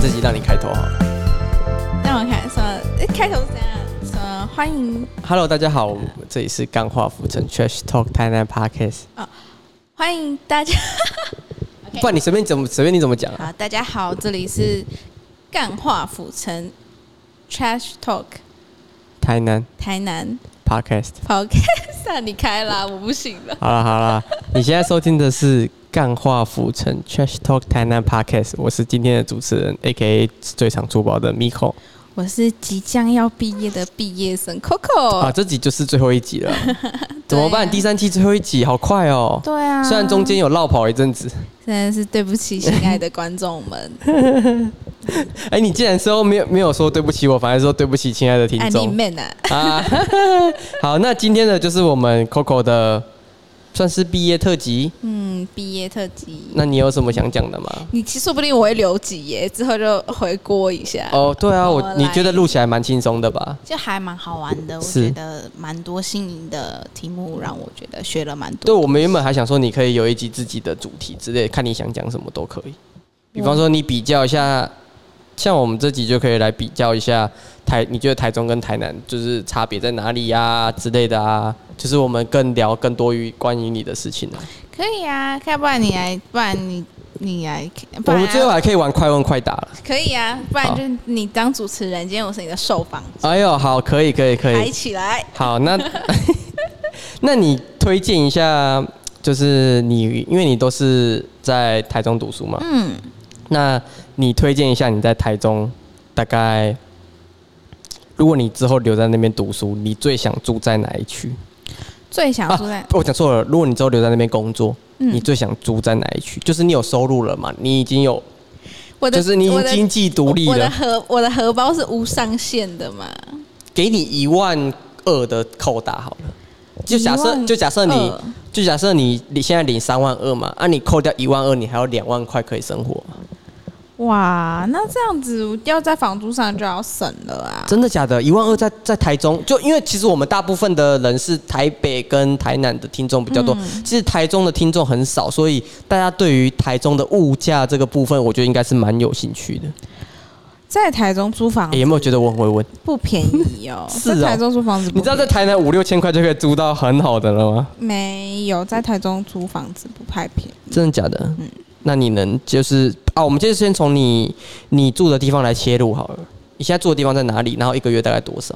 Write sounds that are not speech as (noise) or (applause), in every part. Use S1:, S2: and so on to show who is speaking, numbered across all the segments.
S1: 这集让你开头好了。
S2: 让我看说，诶开头是怎样？说欢迎
S1: Hello，大家好，我们这里是钢化浮城 Trash Talk 台南 Podcast。
S2: 欢迎大家， (laughs)
S1: 不管你随便怎么随便你怎么讲啊，
S2: 好，大家好，这里是干化府城 Trash Talk
S1: 台南
S2: 台南
S1: Podcast。
S2: Podcast，啊你 (laughs) 开啦，我不行了。
S1: 好了好
S2: (laughs)
S1: 了，你现在收听的是钢化浮城 Trash Talk 台南 Podcast，我是今天的主持人，A.K.A 最常珠宝的 Miko
S2: 我是即将要毕业的毕业生 Coco，、
S1: 啊，这集就是最后一
S2: (laughs)
S1: 集了，怎么办？第三期最后一集，好快哦！
S2: 啊对啊，
S1: 虽然中间有绕跑一阵子，
S2: 真的是对不起亲爱的观众
S1: (laughs)
S2: 们，
S1: 哎，你竟然说没有没有说对不起我，反而说对不起亲爱的听
S2: 爱你
S1: 众。
S2: 们啊！
S1: (laughs) 啊，好，那今天的就是我们 Coco 的算是毕业特辑。
S2: 嗯，毕业特辑，
S1: 那你有什么想讲的吗？
S2: 你其实说不定我会留几页，之后就回锅一下。
S1: 哦，对啊，
S2: 呃我
S1: 我
S2: 来
S1: 你觉得录起来蛮轻松的吧？
S2: 就还蛮好玩的，我
S1: 是
S2: 觉得蛮多新颖的题目，让我觉得学了蛮多。
S1: 对，我们原本还想说你可以有一集自己的主题之类，看你想讲什么都可以。比方说你比较一下，像我们这集就可以来比较一下台，你觉得台中跟台南就是差别在哪里呀、之类的啊？就是我们更聊更多于关于你的事情啊。
S2: 可以啊，要不然你来，不然你你来，不
S1: 我
S2: 然啊
S1: 们最后还可以玩快问快答了。
S2: 可以啊，不然就是你当主持人，今天我是你的受访，
S1: 哎呦，好，可以，可以，可以。
S2: 抬起来。
S1: 好，那 (laughs) 那你推荐一下，就是你，因为你都是在台中读书嘛，
S2: 嗯，
S1: 那你推荐一下你在台中大概，如果你之后留在那边读书，你最想住在哪一区？啊
S2: 最想住在、
S1: 我讲错了，如果你之后留在那边工作，
S2: 嗯
S1: 你最想住在哪一区？就是你有收入了嘛，你已经有，
S2: 我的，
S1: 就是你已
S2: 我
S1: 经
S2: 的
S1: 经济独立
S2: 我的
S1: 了，
S2: 荷我的荷包是无上限的嘛？
S1: 给你一万二的扣打好了。就假设，
S2: 12,000
S1: 就假设你就假设你你现在领三万二嘛，啊，你扣掉一万二，你还有两万块可以生活嘛，
S2: 哇，那这样子要在房租上就要省了啊。
S1: 真的假的？一万二在在台中，就因为其实我们大部分的人是台北跟台南的听众比较多，其实台中的听众很少，所以大家对于台中的物价这个部分，我觉得应该是蛮有兴趣的。
S2: 在台中租房
S1: 欸有没有觉得我很会问？
S2: 不便宜
S1: (laughs)
S2: 哦，
S1: 是哦
S2: 在台中租房子不
S1: 你知道在台南五六千块就可以租到很好的了吗？
S2: 没有，在台中租房子不太便宜。
S1: 真的假的？那你能就是啊，我们就先从你你住的地方来切入好了。你现在住的地方在哪里？然后一个月大概多少？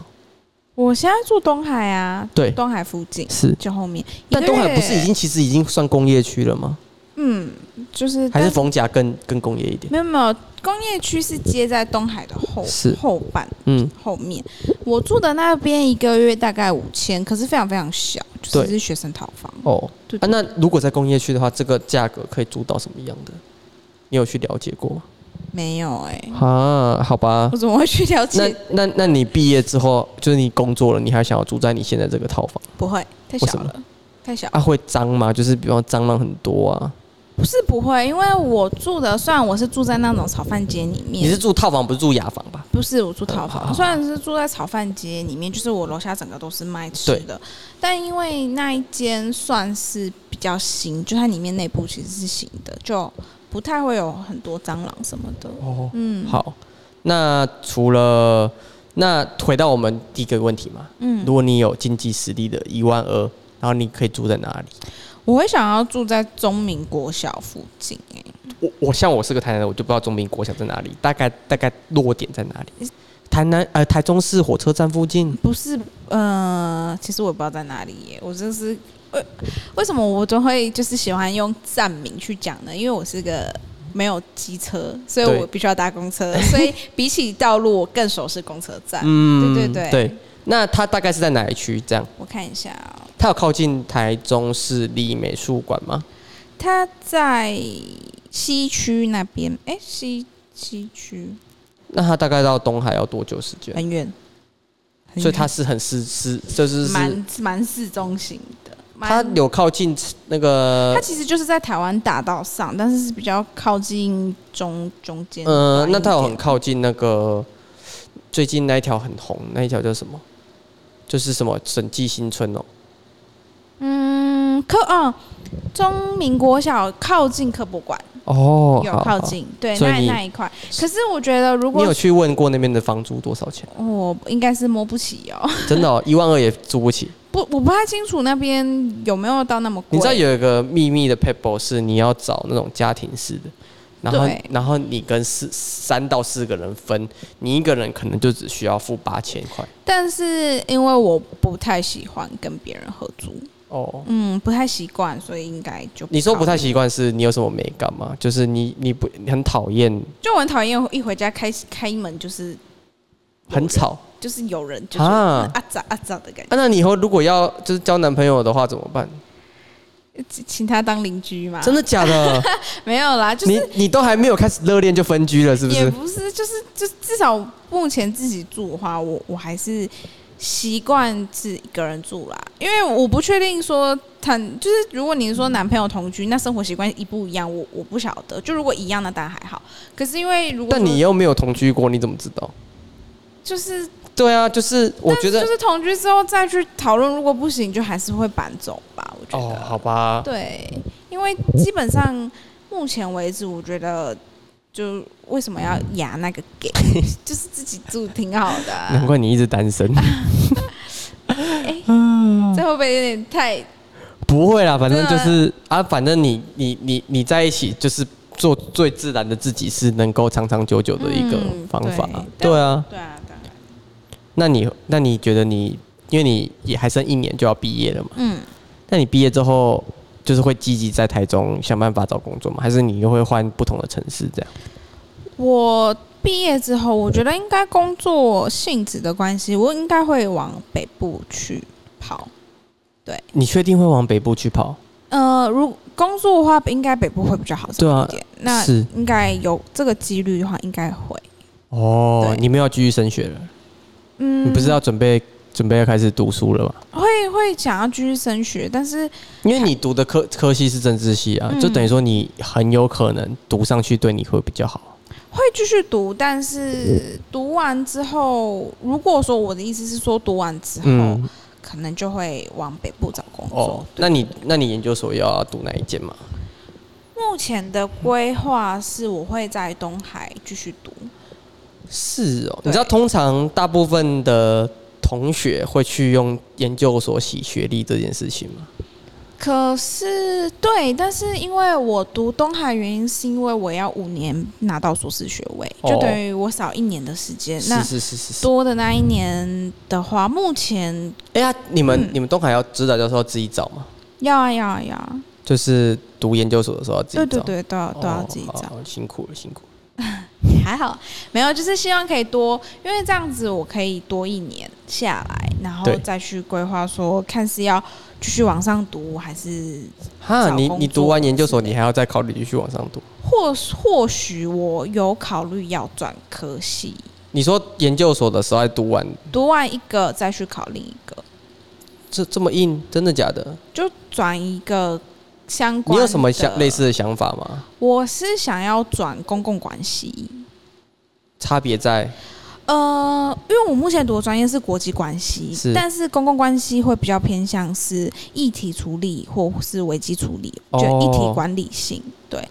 S2: 我现在住东海啊，
S1: 对
S2: 东海附近
S1: 是，
S2: 就后面。
S1: 但
S2: 一个
S1: 东
S2: 月
S1: 海不是已经其实已经算工业区了吗？
S2: 嗯，就是
S1: 还是
S2: 但
S1: 逢甲更更工业一点？
S2: 没有没有工业区是接在东海的后
S1: 是
S2: 后半
S1: 嗯，
S2: 后面。我住的那边一个月大概五千，可是非常非常小，就
S1: 对
S2: 是是学生套房。
S1: 哦，
S2: 对
S1: 啊，那如果在工业区的话，这个价格可以租到什么样的？你有去了解过吗？
S2: 没有哎、
S1: 啊，好吧
S2: 我。怎么会去了
S1: 那
S2: 解？
S1: 那那你毕业之后，就是你工作了，你还想要住在你现在这个套房
S2: 不会，太
S1: 为
S2: 小
S1: 什么
S2: 了，太小了。
S1: 啊？会脏吗？就是比方蟑螂很多啊。
S2: 不是不会，因为我住的，虽然我是住在那种炒饭街里面，
S1: 你是住套房，不是住雅房吧？
S2: 不是我住套
S1: 嗯好好
S2: 房，虽然是住在炒饭街里面，就是我楼下整个都是卖吃的，但因为那一间算是比较新，就它里面内部其实是新的，就不太会有很多蟑螂什么的。
S1: 哦，嗯，好。那除了那回到我们第一个问题嘛，嗯，如果你有经济实力的一万二，然后你可以住在哪里？
S2: 我会想要住在中民国小附近、欸，
S1: 我我像我是个台南人，我就不知道中民国小在哪里，大概大概落点在哪里？台南呃台中市火车站附近。
S2: 不是，呃，其实我也不知道在哪里耶，我真是，呃，为什么我都会就是喜欢用站名去讲呢？因为我是个没有机车，所以
S1: 对
S2: 我必须要搭
S1: (laughs)
S2: 公车，所以比起道路，我更熟悉公车站。
S1: 嗯
S2: 啊对对对
S1: 对。那它大概是在哪一区？这样，
S2: 我看一下、哦，
S1: 它有靠近台中市立美术馆吗？
S2: 它在西区那边，哎、西西区
S1: 那它大概到东海要多久时间？
S2: 很远，哎很
S1: 所以
S2: 远
S1: 它是很市市，就是是
S2: 蛮蛮市中心的，蛮
S1: 它有靠近那个
S2: 它其实就是在台湾大道上，但是是比较靠近中中间。
S1: 呃，
S2: 端一
S1: 那它有很
S2: 点
S1: 靠近那个最近那一条很红，那一条叫什么？就是什么审计新村哦，
S2: 嗯，科哦，中民国小靠近科博馆，
S1: 哦，
S2: 有
S1: 好
S2: 靠。
S1: 好
S2: 近，对，
S1: 所以
S2: 那
S1: 你
S2: 那一块。可是我觉得，如
S1: 你
S2: 果
S1: 有去问过那边的房租多少钱？ (laughs)
S2: 我应该是摸不起哦， (laughs)
S1: 真的、哦，一万二也租不起。
S2: 不，我不太清楚那边有没有到那么贵。
S1: 你知道有一个秘密的 paper 是你要找那种家庭式的，然后
S2: 对
S1: 然后你跟四三到四个人分，你一个人可能就只需要付八千块。
S2: 但是因为我不太喜欢跟别人合租，
S1: 哦，
S2: 嗯，不太习惯，所以应该就
S1: 你说不太
S2: 考虑，
S1: 习惯是你有什么美感吗？就是你你不你很讨厌
S2: 就我很讨厌一回家开开门就是
S1: 很吵
S2: 就是有人就是
S1: 啊
S2: 啊杂啊杂的感
S1: 啊？
S2: 觉，
S1: 那你以后如果要就是交男朋友的话怎么办？
S2: 请请他当邻居嘛？
S1: 真的假的？
S2: 没有啦，啊 (laughs) 就是
S1: 你你都还没有开始热恋就分居了是不
S2: 也
S1: 是？
S2: 不是，就是就至少目前自己住的话，我我还是习惯是一个人住啦，因为我不确定说他就是如果你是说男朋友同居，那生活习惯一不一样，我我不晓得。就如果一样，那当然还好。可是因为如果
S1: 但你
S2: 说
S1: 又没有同居过，你怎么知道？
S2: 就是
S1: 对啊，就是我觉得
S2: 就是同居之后再去讨论，如果不行，就还是会搬走吧。我觉
S1: 哦
S2: 得，，
S1: 好吧，
S2: 对，因为基本上目前为止，我觉得。就为什么要压那个给， (laughs) 就是自己住挺好的啊、
S1: 难怪你一直单
S2: (laughs)
S1: 身。嗯
S2: 这会不会有点太？
S1: 不会啦，反正就是啊，反正你你你你在一起就是做最自然的自己，是能够长长久久的一个
S2: 嗯
S1: 方法。
S2: 对
S1: 对啊，
S2: 对啊，对啊。
S1: 那你那你觉得你，因为你也还剩一年就要毕业了嘛？
S2: 嗯，
S1: 那你毕业之后，就是会积极在台中想办法找工作吗？还是你又会换不同的城市这样？
S2: 我毕业之后，我觉得应该工作性质的关系，我应该会往北部去跑。
S1: 你确定会往北部去跑？
S2: 呃，如工作的话，应该北部会比较好
S1: 对啊
S2: 找一点。那
S1: 是
S2: 应该有这个几率的话，应该会。
S1: 哦
S2: 对，
S1: 你们要继续升学了，
S2: 嗯，
S1: 你不是要准备准备要开始读书了吗？
S2: 会会想要继续升学，但是
S1: 因为你读的科科系是政治系啊，
S2: 嗯
S1: 就等于说你很有可能读上去对你会比较好。
S2: 会继续读，但是读完之后，如果说我的意思是说读完之后，
S1: 嗯，
S2: 可能就会往北部找工作。
S1: 哦，那你那你研究所要读哪一间嘛？
S2: 目前的规划是我会在东海继续读，
S1: 是哦，
S2: 对
S1: 你知道通常大部分的同学会去用研究所洗学历这件事情吗？
S2: 可是对，但是因为我读东海原因是因为我要五年拿到硕士学位，
S1: 哦
S2: 就等于我少一年的时间。
S1: 是
S2: 那
S1: 是是是是。
S2: 多的那一年的话，目前
S1: 哎呀，你们、
S2: 嗯
S1: 你们东海要指导教授自己找吗？
S2: 要啊要啊要啊，
S1: 就是读研究所的时候要自己找
S2: 对，对对，都要都要自己找。
S1: 哦辛苦了辛苦了。
S2: 还好，没有，就是希望可以多，因为这样子我可以多一年下来，然后
S1: 对
S2: 再去规划说，看是要继续往上读，还是
S1: 哈，
S2: 找
S1: 你
S2: 工
S1: 你
S2: 作
S1: 读完研究
S2: 之
S1: 所，
S2: 类
S1: 你还要再考虑继续往上读。
S2: 或或许我有考虑要转科系，
S1: 你说研究所的时候还读完
S2: 读完一个再去考另一个，
S1: 这这么硬，真的假的？
S2: 就转一个相关。
S1: 你有什么想类似？的想法吗？
S2: 我是想要转公共关系，
S1: 差别在
S2: 呃，因为我目前读的专业是国际关系，
S1: 是
S2: 但是公共关系会比较偏向是议题处理或是危机处理，
S1: 哦
S2: 就议题管理性。对，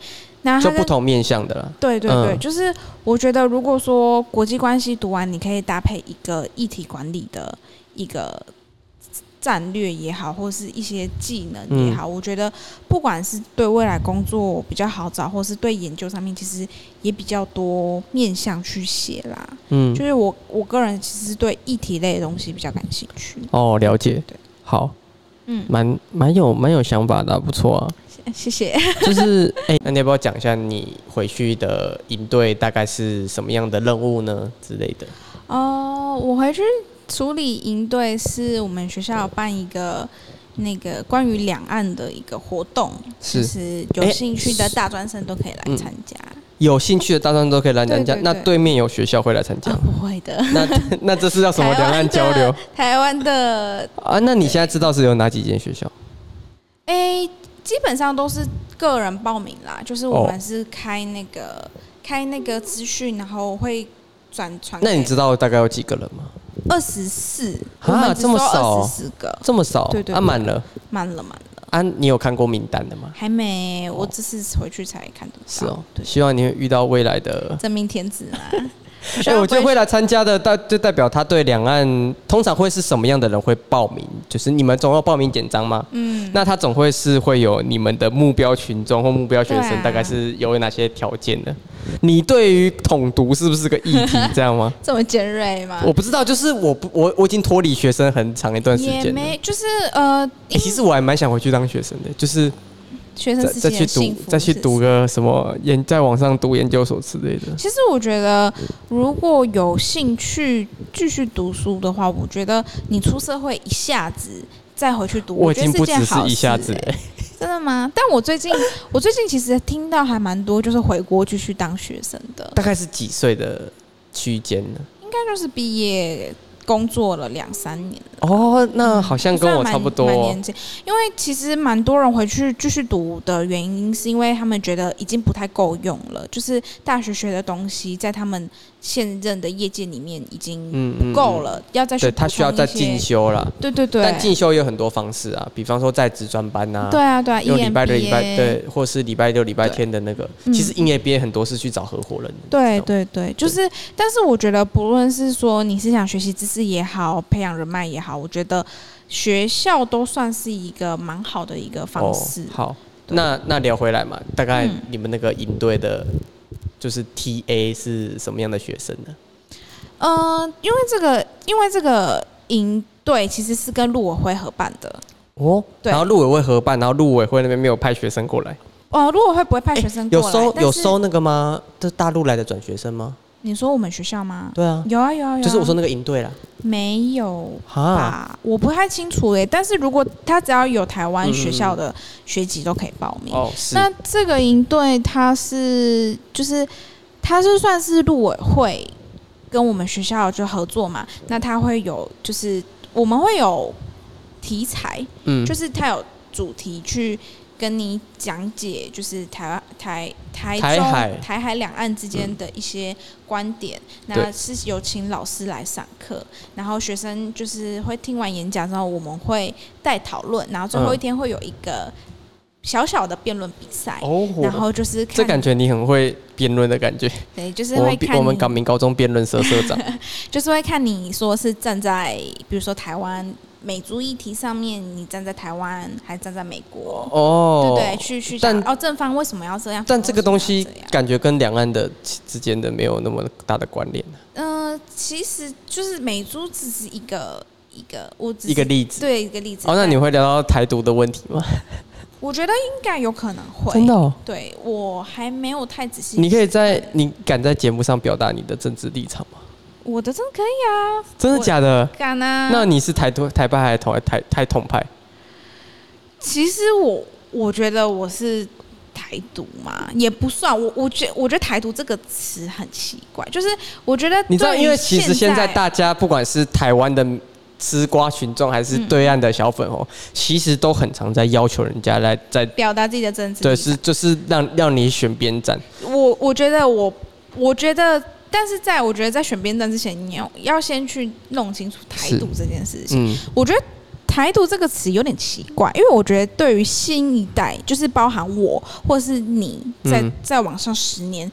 S2: 那它
S1: 就
S2: 跟
S1: 不同面向的啦。
S2: 对对对，
S1: 嗯
S2: 就是我觉得，如果说国际关系读完，你可以搭配一个议题管理的一个战略也好，或是一些技能也好，
S1: 嗯
S2: 我觉得不管是对未来工作比较好找，或是对研究上面，其实也比较多面向去写啦。
S1: 嗯
S2: 就，是我我个人其实对议题类的东西比较感兴趣。
S1: 哦，了解
S2: 对。
S1: 好，
S2: 嗯，
S1: 蛮蛮有蛮有想法的啊、不
S2: (laughs)
S1: 错啊。
S2: 谢谢。
S1: 就是哎、那你要不要讲一下你回去的营队大概是什么样的任务呢之类的？
S2: 哦，我回去处理营队是我们学校有办一个那个关于两岸的一个活动，
S1: 是
S2: 就是嗯有
S1: 哎
S2: 兴趣的大专生都可以来参加。
S1: 有兴趣的大专都可以来参加。
S2: 对对对
S1: 那对面有学校会来参加
S2: 啊 (laughs)
S1: 吗？
S2: 不会的，
S1: 那 (laughs) 那这是要什么
S2: 台
S1: 两
S2: 湾
S1: 岸
S2: 的
S1: 交流
S2: 台湾的 (laughs)
S1: 啊？那你现在知道是有哪几间学校？
S2: 哎、基本上都是个人报名啦，就是我
S1: 哦
S2: 们是开那个、开那个资讯，然后会转传。
S1: 那你知道大概有几个人吗？
S2: 二十四，
S1: 啊
S2: 我们只
S1: 这么
S2: 收
S1: 少哦
S2: 二十四个，
S1: 这么少，
S2: 对对
S1: 啊
S2: 对
S1: 满了
S2: 满了满了。
S1: 啊！啊，你有看过名单的吗？
S2: 还没，我这次回去才看得到。
S1: 是哦，
S2: 对，
S1: 希望你会遇到未来的。
S2: 真命天子啊！
S1: 哎、我觉得会来参加的代就代表他对两岸通常会是什么样的人会报名？就是你们总要报名简章吗？
S2: 嗯，
S1: 那他总会是会有你们的目标群众或目标学
S2: 对
S1: 生
S2: 啊
S1: 大概是有哪些条件的？你对于统独是不是个议
S2: (laughs)
S1: 题？这样吗？
S2: (laughs) 这么尖锐吗？
S1: 我不知道，就是我不我我已经脱离学生很长一段时
S2: 也
S1: 间了。
S2: 没，就是呃，
S1: 欸其实我还蛮想回去当学生的，就是
S2: 学生
S1: 再
S2: 时
S1: 再
S2: 期
S1: 去
S2: 的幸
S1: 读
S2: 福，
S1: 再去
S2: 是
S1: 读个什么研，在网上读研究所之类的。
S2: 其实我觉得，如果有兴趣继续读书的话，我觉得你出社会一下子再回去读，
S1: 我
S2: 我
S1: 已
S2: 觉得
S1: 经
S2: 是
S1: 不
S2: 件
S1: 只是
S2: 好事、
S1: 一下子、
S2: 欸真的吗？但我最近，我最近其实听到还蛮多，就是回国继续当学生的，
S1: 大概是几岁的区间呢？
S2: 应该就是毕业工作了两三年，
S1: 哦，那好像跟我
S2: 哦算蛮
S1: 差不
S2: 蛮
S1: 多
S2: 年。轻。因为其实蛮多人回去继续读的原因，是因为他们觉得已经不太够用了，就是大学学的东西，在他们现任的业界里面已经
S1: 嗯
S2: 不够。了，要再去
S1: 对他
S2: 补充
S1: 需要
S2: 一
S1: 再
S2: 些
S1: 进。修啦，
S2: 对对对，
S1: 但进修有很多方式啊，比方说在职专班呐、
S2: 对啊对啊，
S1: 有礼拜六、
S2: EMBA
S1: 礼拜对，或是礼拜六、礼拜
S2: 对
S1: 天的那个。
S2: 嗯
S1: 其实 E 英业毕业很多是去找合伙人的。
S2: 对
S1: 这种
S2: 对对，就是，但是我觉得，不论是说你是想学习知识也好，培养人脉也好，我觉得学校都算是一个蛮好的一个方式。
S1: 哦、好，
S2: 对
S1: 那那聊回来嘛，大概
S2: 嗯
S1: 你们那个营队的，就是 TA 是什么样的学生呢？
S2: 呃，因为这个，因为这个营队其实是跟陆委会合办的。
S1: 哦，
S2: 对
S1: 然后陆委会合办，然后陆委会那边没有派学生过来，
S2: 呃，陆委会不会派学生过
S1: 有
S2: 来，
S1: 收
S2: 但
S1: 有
S2: 是
S1: 收那个吗？这大陆来的转学生吗？
S2: 你说我们学校吗？
S1: 对啊，
S2: 有啊有啊有啊，
S1: 就是我说啊那个营队啦。
S2: 没有
S1: 哈，
S2: 吧，我不太清楚诶、但是如果他只要有台湾学校的学籍都可以报名。
S1: 嗯哦是，
S2: 那这个营队它是就是它是算是陆委会跟我们学校就合作嘛，那它会有就是我们会有题材，
S1: 嗯
S2: 就是它有主题去跟你讲解，就是台湾台台
S1: 台
S2: 中
S1: 海嗯
S2: 台海两岸之间的一些观点。那
S1: 对
S2: 是有请老师来上课，然后学生就是会听完演讲之后，我们会带讨论，然后最后一
S1: 嗯
S2: 天会有一个小小的辩论比赛。
S1: 哦，
S2: 然后就是看
S1: 这感觉你很会辩论的感觉。
S2: 对，就是
S1: 我
S2: 会
S1: 们比
S2: 看你
S1: 我们港民高中辩论社社
S2: (laughs)
S1: 长，
S2: 就是会看你说是站在，比如说台湾美足议题上面，你站在台湾还是站在美国，对
S1: 哦
S2: 不，对？去去
S1: 但
S2: 讲哦，正方为什么要这样？
S1: 但这个东西
S2: 反方为什么要这样
S1: 感觉跟两岸的其之间的没有那么大的关联，啊
S2: 呃，其实就是美猪只是一个一个，我只是
S1: 一个例子。
S2: 对一个例子。
S1: 哦，那
S2: 但
S1: 你会聊到台独的问题吗？
S2: 我觉得应该有可能会
S1: 真的、哦，
S2: 对我还没有太仔细。
S1: 你可以在你敢在节目上表达你的政治立场吗？
S2: 我的真的可以
S1: 真的假的？
S2: 啊，敢啊。
S1: 那你是台独台派还是统台台统派？
S2: 其实我我觉得我是台独嘛，也不算。我我觉我觉得台独这个词很奇怪，就是我觉得
S1: 你知道，
S2: 对于
S1: 因为其实现在大家不管是台湾的吃瓜群众，还是对岸的小粉红，其实都很常在要求人家来在
S2: 表嗯达自己的政治
S1: 对
S2: 立
S1: 是
S2: 场，
S1: 就是让让你选边站。
S2: 我我觉得我我觉得。但是在我觉得在选边站之前，你要要先去弄清楚台独这件事情。
S1: 嗯，
S2: 我觉得“台独”这个词有点奇怪，因为我觉得对于新一代，就是包含我或是你，在
S1: 嗯
S2: 在往上十年，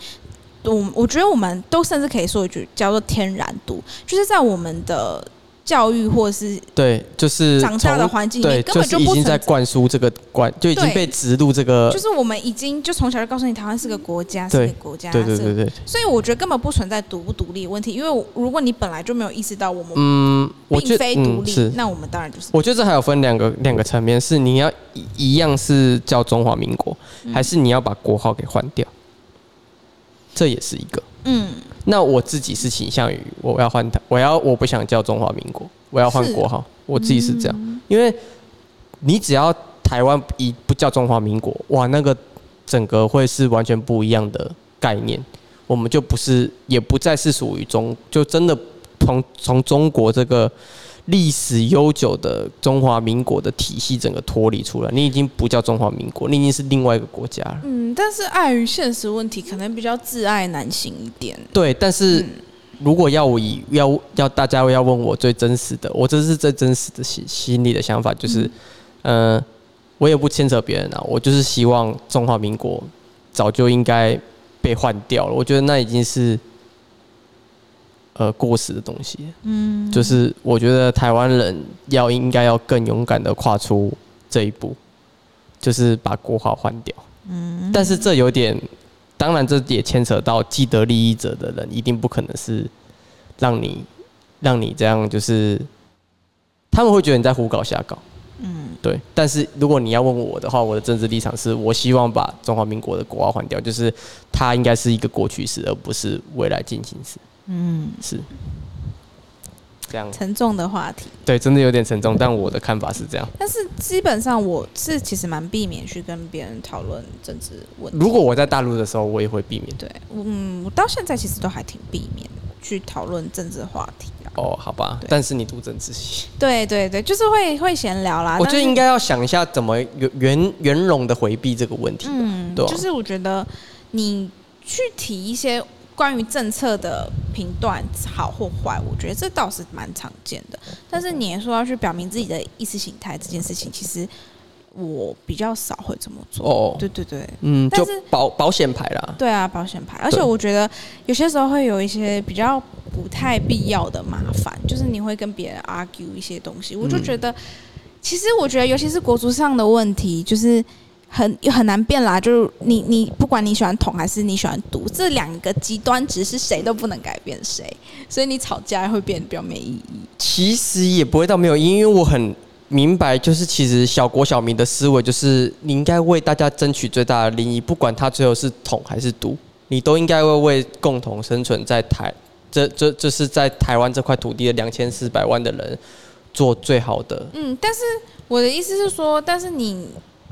S2: 我我觉得我们都甚至可以说一句叫做“天然独”，就是在我们的教育或是
S1: 对，就是
S2: 长大的
S1: 从
S2: 环境里
S1: 对，
S2: 面，根
S1: 就
S2: 本
S1: 是已经
S2: 不存
S1: 在
S2: 在。
S1: 灌输这个观，就已经
S2: 对
S1: 被植入这个
S2: 就。是我们已经就从小就告诉你，台湾是个国家，是
S1: 对
S2: 个国家，
S1: 对对
S2: 是
S1: 对
S2: 个
S1: 对，
S2: 所以我觉得根本不存在独不独立的问题，因为我如果你本来就没有意识到我们
S1: 嗯，我觉得
S2: 并非独
S1: 嗯
S2: 立，
S1: 是，
S2: 那我们当然就是
S1: 我觉得这还有分两个两个层面，是你要一一样是叫中华民国，
S2: 嗯
S1: 还是你要把国号给换掉？这也是一个。
S2: 嗯，
S1: 那我自己是倾向于我要换台，我要我不想叫中华民国，我要换
S2: 是
S1: 国号。我自己是这样，
S2: 嗯
S1: 因为你只要台湾一不叫中华民国，哇，那个整个会是完全不一样的概念。我们就不是，也不再是属于中，就真的从从中国这个历史悠久的中华民国的体系整个脱离出来。你已经不叫中华民国，你已经是另外一个国家了。
S2: 嗯，但是碍于现实问题，可能比较自爱难行一点。
S1: 对，但是、
S2: 嗯
S1: 如果要我以要要大家
S2: 嗯
S1: 要问我最真实的，我这是最真实的心心里的想法，就是，呃，我也不牵扯别人啊，我就是希望中华民国早就应该被换掉了。我觉得那已经是呃过时的东西了。
S2: 嗯，
S1: 就是我觉得台湾人要应该要更勇敢的跨出这一步，就是把国号换掉。
S2: 嗯，
S1: 但是这有点，当然这也牵扯到既得利益者的人，一定不可能是让你让你这样，就是他们会觉得你在胡搞瞎搞。
S2: 嗯
S1: 对，但是如果你要问我的话，我的政治立场是我希望把中华民国的国号换掉，就是它应该是一个过去式，而不是未来进行时。
S2: 嗯，
S1: 是这样，
S2: 沉重的话题。
S1: 对，真的有点沉重，但我的看法是这样。
S2: 但是基本上我是其实蛮避免去跟别人讨论政治问题。
S1: 如果我在大陆的时候，我也会避免。
S2: 对，嗯，我到现在其实都还挺避免去讨论政治话题啊。
S1: 哦，好吧
S2: 对，
S1: 但是你读政治系，
S2: 对对对，就是会会闲聊啦。
S1: 我觉
S2: 啊但
S1: 得
S2: 是
S1: 应该要想一下怎么圆圆圆融的回避这个问题。
S2: 嗯，
S1: 对啊
S2: 就是我觉得你去提一些关于政策的评断好或坏，我觉得这倒是蛮常见的。
S1: 嗯
S2: 但是你也说要去表明自己的意识形态这件事情，其实我比较少会这么做。
S1: 哦，
S2: 对对对。
S1: 嗯，
S2: 但
S1: 就是保保险牌啦。
S2: 对啊，保险牌，而
S1: 对
S2: 且我觉得有些时候会有一些比较不太必要的麻烦，就是你会跟别人 argue 一些东西，我就觉得，其实我觉得尤其是国族上的问题，就是很很难变啦，就是你你不管你喜欢统还是你喜欢独，这两个极端值是谁都不能改变谁，所以你吵架会变得比较没意义。
S1: 其实也不会到没有，因为我很明白，就是其实小国小民的思维就是你应该为大家争取最大的利益，不管他最后是统还是独，你都应该会为共同生存在台这这这是在台湾这块土地的两千四百万的人做最好的。
S2: 嗯，但是我的意思是说，但是你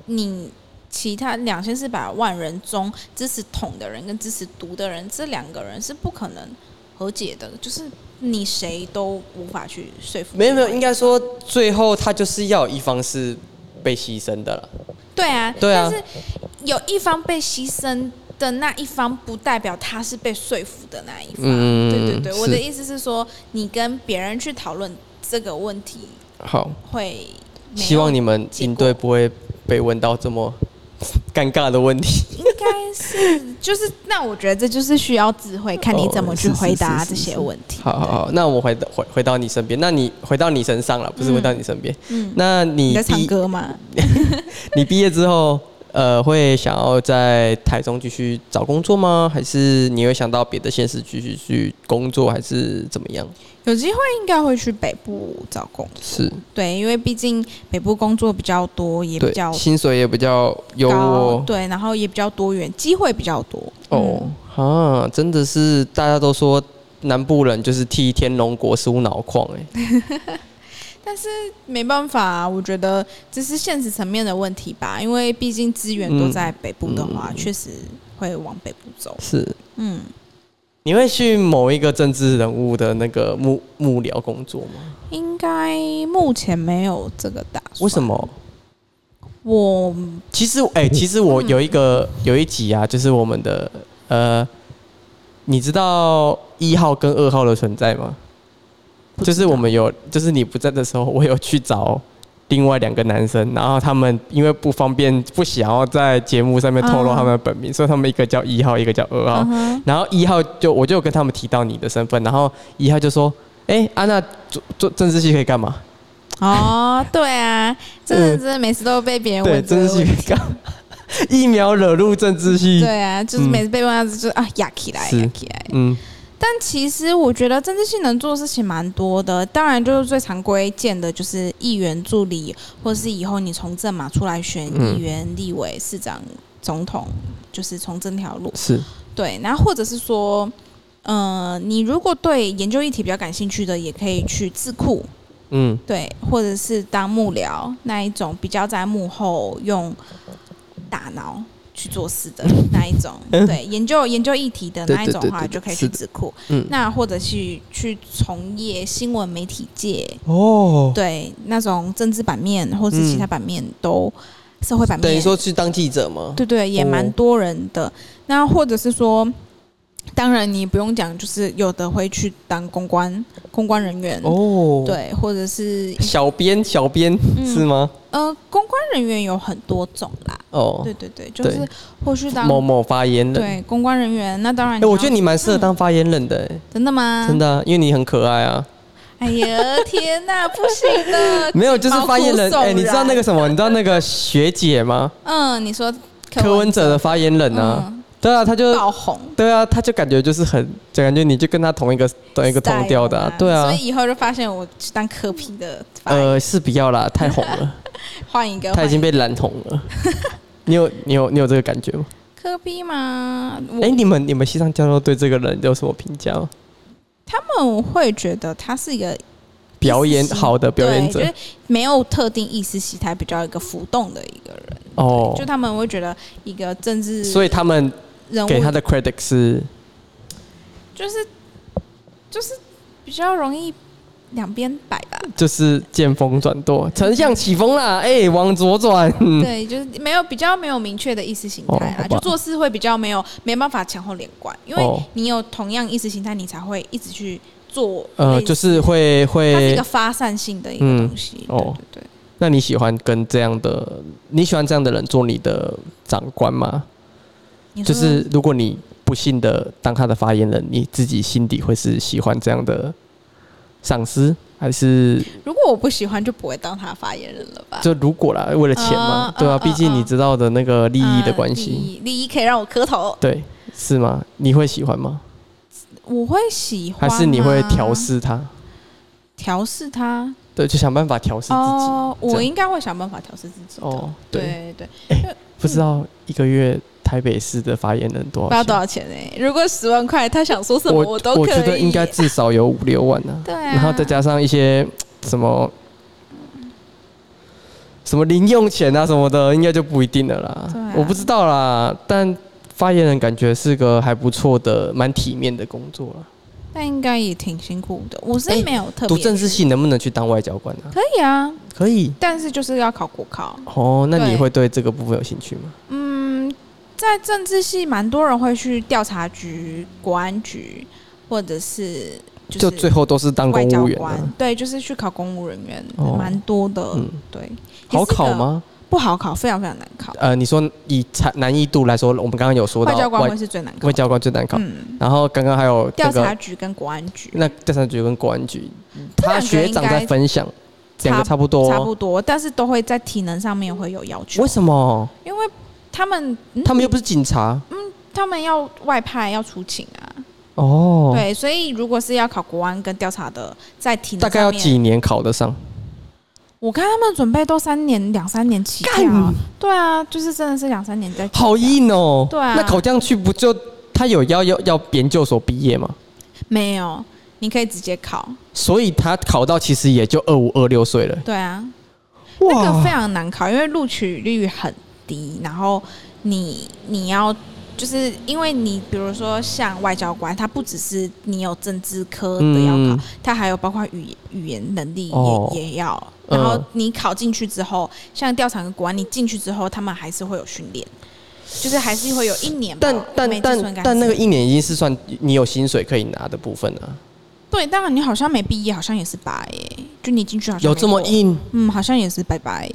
S2: 你其他两千四百万人中，支持统的人跟支持独的人，这两个人是不可能和解的，就是你谁都无法去说服。
S1: 没有没有，应该说最后他就是要有一方是被牺牲的了。
S2: 对啊，
S1: 对啊
S2: 但是有一方被牺牲的那一方，不代表他是被说服的那一方。
S1: 嗯
S2: 对对对，我的
S1: 是
S2: 意思是说，你跟别人去讨论这个问题
S1: 好，
S2: 会没有。
S1: 希望你们
S2: 结
S1: 应
S2: 果
S1: 对不会被问到这么 (laughs) 尴尬的问题。
S2: 应该是 (laughs) 就是，那我觉得这就是需要智慧，看你怎么去回
S1: 哦
S2: 答这些问题。
S1: (laughs) 好好好，那我回到回回到你身边，那你回到你身上了，不是
S2: 嗯
S1: 回到你身边。
S2: 嗯，
S1: 那你
S2: 你在唱
S1: 毕
S2: 歌吗？
S1: 你毕业之后，呃，会想要在台中继续找工作吗？还是你会想到别的县市继续去工作，还是怎么样？
S2: 有机会应该会去北部找工作，
S1: 是
S2: 对，因为毕竟北部工作比较多，也比
S1: 对
S2: 较，
S1: 薪水也比较优
S2: 高，
S1: 渥
S2: 对，然后也比较多元，机会比较多。嗯
S1: 哦。啊，真的是大家都说南部人就是替天龙国输脑矿哎、
S2: 但是没办法、啊，我觉得这是现实层面的问题吧，因为毕竟资源都在北部的
S1: 嗯
S2: 话，确、实会往北部走。
S1: 是
S2: 嗯，
S1: 你会去某一个政治人物的那个幕幕僚工作吗？
S2: 应该目前没有这个打算。
S1: 为什？么？
S2: 我
S1: 其实，哎、其实我有一个
S2: 嗯
S1: 有一集啊，就是我们的呃，你知道一号跟二号的存在吗？
S2: 不知
S1: 就
S2: 道
S1: 是我们有，就是你不在的时候，我有去找另外两个男生，然后他们因为不方便，不想要在节目上面透露
S2: 嗯
S1: 他们的本名，所以他们一个叫一号，一个叫二号。
S2: 嗯哼
S1: 然后一号就我就有跟他们提到你的身份，然后一号就说：“哎、安娜做做政治系可以干嘛？”
S2: 哦，对
S1: (laughs)
S2: 啊，真的真的每次都被别人
S1: 嗯对，
S2: 问这
S1: 政
S2: 个
S1: 治系
S2: 问
S1: 可
S2: 题。
S1: 以干嘛？ (laughs) 疫苗惹入政治系，
S2: 对啊，就是
S1: 嗯
S2: 每次被问到就是啊，压起来，
S1: 是
S2: 压起来。
S1: 嗯，
S2: 但其实我觉得政治性能做的事情蛮多的，当然就是最常规见的就是议员助理，或是以后你从政嘛出来选
S1: 嗯
S2: 议员、立委、市长、总统，就是从这条路。
S1: 是。
S2: 对，然后或者是说，呃，你如果对研究议题比较感兴趣的，也可以去智库，
S1: 嗯，
S2: 对，或者是当幕僚那一种比较在幕后用大脑去做事的那一
S1: (laughs)
S2: 种，对，研究研究议题的
S1: 对
S2: 那一种
S1: 对对
S2: 话，
S1: 对对
S2: 就可以
S1: 是
S2: 去
S1: 的
S2: 智库。
S1: 嗯
S2: 那或者去去从业新闻媒体界，
S1: 哦，
S2: 对那种政治版面或是其他版面都、社会版面，
S1: 等于说去当记者吗？
S2: 对对，也
S1: 哦
S2: 蛮多人的。那或者是说，当然你不用讲，就是有的会去当公关公关人员，
S1: 哦，，
S2: 对，或者是
S1: 小编小编、是吗？
S2: 呃公关人员有很多种啦。
S1: 哦
S2: 对，对对，就是
S1: 对
S2: 或去当
S1: 某某发言人。
S2: 对公关人员，那当然
S1: 哎、
S2: 要。嗯
S1: 我觉得你蛮适合当发言人的、哎
S2: 真的吗？
S1: 真。的啊、因为你很可爱啊。
S2: 哎呀，
S1: (laughs)
S2: 天哪，不行的。
S1: 没有，就是发言人。
S2: 嗯毛骨悚
S1: 哎、
S2: 然
S1: 你知道那个什么？你知道那个学姐吗？
S2: 嗯，你说
S1: 柯文哲的发言人啊。
S2: 嗯
S1: 对啊，他就
S2: 爆红，
S1: 对啊，他就感觉就是很，就感觉你就跟他同一个同一个同调的、啊
S2: style，
S1: 对啊
S2: 所。以以后就发现我去当科皮的发言，
S1: 呃，是不要啦，太红
S2: (laughs)
S1: 了，
S2: 换一个。
S1: 他已经
S2: 换一
S1: 被
S2: 个
S1: 染红了。你有你有你有这个感觉吗？
S2: 科比吗？
S1: 哎、
S2: 我
S1: 你们你们西藏教授对这个人有什么评价吗？
S2: 他们会觉得他是一个
S1: 表演
S2: 意识形
S1: 好的表演者
S2: 对就是没有特定意识形态，比较一个浮动的一个人。
S1: 哦
S2: 就，他们会觉得一个政治
S1: 所以他们
S2: 人物
S1: 给他的 credit 是
S2: 就是就是比较容易两边摆吧。
S1: 就是见风转舵，丞相起风啦，哎、往左转。
S2: 对，就是没有比较没有明确的意识形态
S1: 嗯哦好吧
S2: 啦，就做事会比较没有没办法前后连贯，因为
S1: 哦
S2: 你有同样意识形态，你才会一直去做类
S1: 呃，
S2: 似
S1: 就是会
S2: 它是一
S1: 会
S2: 个，发散性的一个
S1: 嗯
S2: 东西。
S1: 哦
S2: 对对对，
S1: 那你喜欢跟这样的，你喜欢这样的人做你的长官吗？
S2: 你
S1: 就
S2: 说
S1: 是如果你不幸的当他的发言人，你自己心底会是喜欢这样的上司，还是
S2: 如果我不喜欢，就不会当他发言人了吧？
S1: 就如果啦，为了钱嘛
S2: 嗯，
S1: 对吧、啊
S2: 嗯
S1: 毕竟
S2: 嗯
S1: 你知道的那个利益的
S2: 嗯
S1: 关
S2: 利
S1: 系，
S2: 益利益可以让我磕头，
S1: 对，是吗？你会喜欢吗？
S2: 我会喜欢
S1: 还
S2: 吗，
S1: 是你会调试他？
S2: 调试他？
S1: 对，就想办法调试自己。
S2: 哦，
S1: 这
S2: 我
S1: 样
S2: 应该会想办法调试自己的。
S1: 哦，对，
S2: 对对，
S1: 不知道一个月台北市的发言人多
S2: 不知道
S1: 少
S2: 多
S1: 钱？
S2: 少钱哎、如果十万块，他想说什么
S1: 我
S2: 都可以。
S1: 觉得应该至少有五六万呢、
S2: 对啊，
S1: 然后再加上一些什么什么零用钱啊什么的，应该就不一定了啦。
S2: 对啊
S1: 我不知道啦，但发言人感觉是个还不错的、蛮体面的工作啦。
S2: 那应该也挺辛苦的。我
S1: 哎
S2: 是没有特别、
S1: 读政治系能不能去当外交官啊？
S2: 可以啊，
S1: 可以。
S2: 但是就是要考国考。
S1: 哦，那你
S2: 对
S1: 会对这个部分有兴趣吗？
S2: 嗯，在政治系蛮多人会去调查局、国安局，或者是
S1: 就是最后都是当
S2: 外
S1: 公
S2: 交
S1: 务员
S2: 官，
S1: 啊，
S2: 对，就是去考公务人员，
S1: 哦
S2: 蛮多的。
S1: 嗯
S2: 对，也
S1: 好
S2: 是个
S1: 考？吗？
S2: 不好考，非常非常难考。
S1: 呃，你说以产难易度来说，我们刚刚有说到
S2: 外交官会是最难考
S1: 外。交官最难考，
S2: 嗯，
S1: 然后刚刚还有
S2: 调
S1: 这
S2: 查
S1: 个
S2: 局跟国安局
S1: 那调查局跟公安局，
S2: 这
S1: 他
S2: 两个
S1: 学长在分享，两个差不多
S2: 差不多，但是都会在体能上面会有要
S1: 哦
S2: 求
S1: 为。什么？
S2: 因为他们、嗯、
S1: 他们又不是警察
S2: 他们要外派要出勤啊，
S1: 哦，
S2: 对，所以如果是要考国安跟调查的，在体能
S1: 大概要
S2: 上面
S1: 几？年考得上？
S2: 我看他们准备都三年两三年起跳啊，对啊，就是真的是两三年在起跳
S1: 好硬哦，
S2: 对啊
S1: 那考这样去不就他有要要要研究所毕业吗？
S2: 没有，你可以直接考，
S1: 所以他考到其实也就二五二六岁了，
S2: 对啊，那个非常难考，因为录取率很低，然后你你要。就是因为你，比如说像外交官，他不只是你有政治科的要考，
S1: 嗯
S2: 它还有包括语言语言能力也、
S1: 哦
S2: 也要。
S1: 嗯
S2: 然后你考进去之后，像调查跟国安，你进去之后，他们还是会有训练，就是还是会有一年吧。
S1: 但
S2: 每
S1: 但
S2: 次算
S1: 但
S2: 应该
S1: 但那个
S2: 是
S1: 一年已经是算你有薪水可以拿的部分啊，
S2: 对，当然你好像没毕业，好像也是白耶、就你进去好像
S1: 有
S2: 没
S1: 这么
S2: 过，
S1: 硬
S2: 嗯，好像也是拜拜。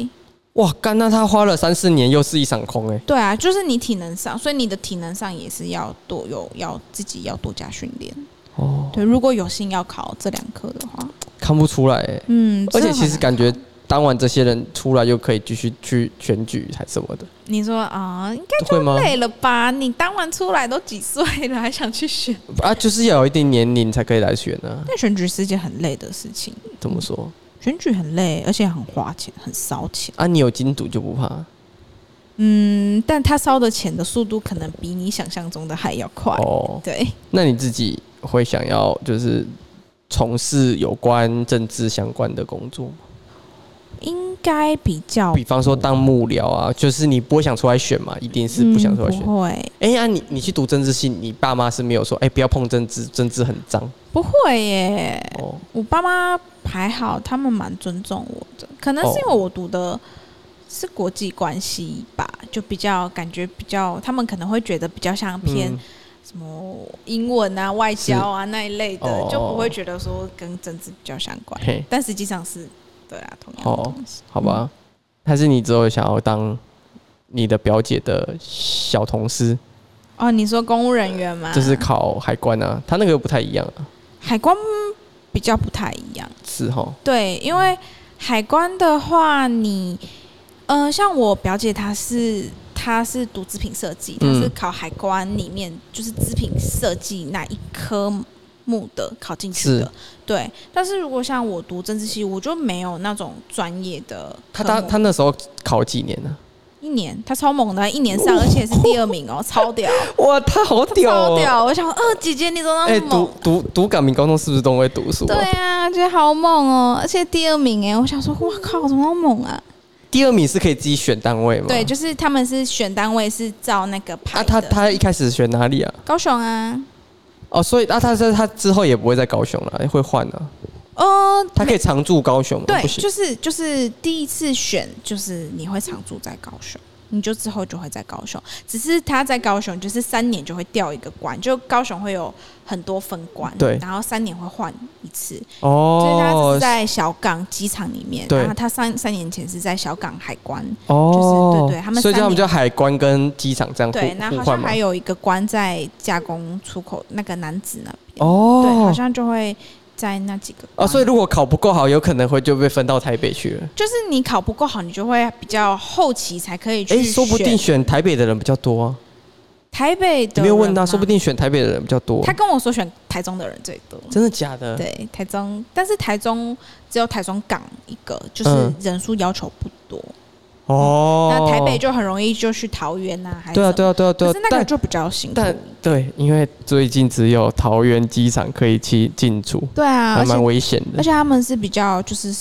S1: 哇？干，那他花了三四年又是一场空哎、
S2: 对啊，就是你体能上，所以你的体能上也是要多有要自己要多加训练。
S1: 哦，
S2: 对，如果有幸要考这两科的话，
S1: 看不出来哎、
S2: 嗯，
S1: 而
S2: 真
S1: 且
S2: 的
S1: 其
S2: 很
S1: 实
S2: 难
S1: 感觉当晚这些人出来又可以继续去选举还什么的，
S2: 你说啊、应该
S1: 会吗？
S2: 累了吧？你当晚出来都几岁了，还想去选？
S1: 啊，就是要有一定年龄才可以来选啊。
S2: 但选举是一件很累的事情，
S1: 怎么说
S2: 选举很累，而且很花钱，很烧钱。
S1: 啊？你有金主就不怕
S2: 嗯，但他烧的钱的速度可能比你想象中的还要快。
S1: 哦？
S2: 对，
S1: 那你自己会想要就是从事有关政治相关的工作吗？
S2: 应该比较
S1: 比方说当幕僚啊，就是你不会想出来选嘛？一定是不想出来选
S2: 嗯、。不会，
S1: 哎、呀、你你去读政治系，你爸妈是没有说哎、不要碰政治，政治很脏
S2: 不会耶。
S1: 哦。
S2: 我爸妈还好，他们蛮尊重我的，可能是因为我读的是国际关系吧，就比较感觉比较，他们可能会觉得比较像偏
S1: 嗯
S2: 什么英文啊、外交啊那一类的，
S1: 哦
S2: 就不会觉得说跟政治比较相关
S1: 嘿，
S2: 但实际上是对啊，同样的
S1: 哦
S2: 东西。
S1: 好吧？还是你之后想要当你的表姐的小同事，
S2: 哦，你说公务人员吗？
S1: 就是考海关啊？他那个不太一样啊，
S2: 海关比较不太一样。
S1: 是哈？
S2: 对，因为海关的话，你，呃，像我表姐她是她是读织品设计，她
S1: 嗯
S2: 是考海关里面就是织品设计那一科目的考进去
S1: 是
S2: 的。对，但是如果像我读政治系，我就没有那种专业的科
S1: 他
S2: 目。
S1: 他他那时候考几年啊呢、
S2: 一年，她超猛的，一年上，而且是第二名
S1: (laughs)
S2: 哦，超屌，
S1: 哇，他好屌、
S2: 超
S1: 哦！
S2: 屌！我想，呃，姐姐你怎么
S1: 哎、
S2: 那么猛
S1: 读？读读港民高中是不是都会读书、啊？
S2: 对啊，觉得好猛哦，而且第二名哎，我想说，哇靠，怎么那么猛啊？
S1: 第二名是可以自己选单位吗？
S2: 对，就是他们是选单位是照那个牌
S1: 啊，
S2: 的。
S1: 他他一开始选哪里啊？
S2: 高雄啊，
S1: 哦，所以啊，他在他之后也不会在高雄了，会换啊。
S2: 呃，
S1: 他可以常驻高雄吗？
S2: 对
S1: 不，行
S2: 就是就是第一次选，就是你会常住在高雄，你就之后就会在高雄。只是他在高雄就是三年就会调一个官，就高雄会有很多分官，
S1: 对
S2: 然后三年会换一次。所以他
S1: 哦
S2: 是，在小港机场里面，
S1: 对
S2: 然后他三三年前是在小港海关，
S1: 哦，
S2: 就是对对他们
S1: 所以
S2: 三
S1: 叫他们
S2: 年
S1: 叫海关跟机场这样哦互
S2: 对，那好
S1: 互
S2: 像
S1: 换嘛
S2: 还。有一个关在加工出口那个男子那边。对，好
S1: 哦，
S2: 像就会在那几个
S1: 啊，所以
S2: 关
S1: 如果考不够好，有可能会就被分到台北去了。
S2: 就是你考不够好，你就会比较后期才可以去
S1: 哎，
S2: 选。
S1: 说不定选台北的人比较多啊。
S2: 台北的
S1: 你没有问他，
S2: 人
S1: 说不
S2: 吗
S1: 定选台北的人比较多
S2: 他。跟我说选台中的人最多。
S1: 真的假的？
S2: 对，台中，但是台中只有台中港一个，就是
S1: 嗯
S2: 人数要求不多。
S1: 哦，
S2: 那台北就很容易就去桃园呐、啊，还是
S1: 对啊，
S2: 什么
S1: 对啊，对啊，对啊
S2: 可是那。个
S1: 但
S2: 就比较辛苦。
S1: 但对，因为最近只有桃园机场可以去进出，
S2: 对啊，
S1: 还
S2: 而且
S1: 蛮危险
S2: 而
S1: 的。
S2: 且他们是比较就是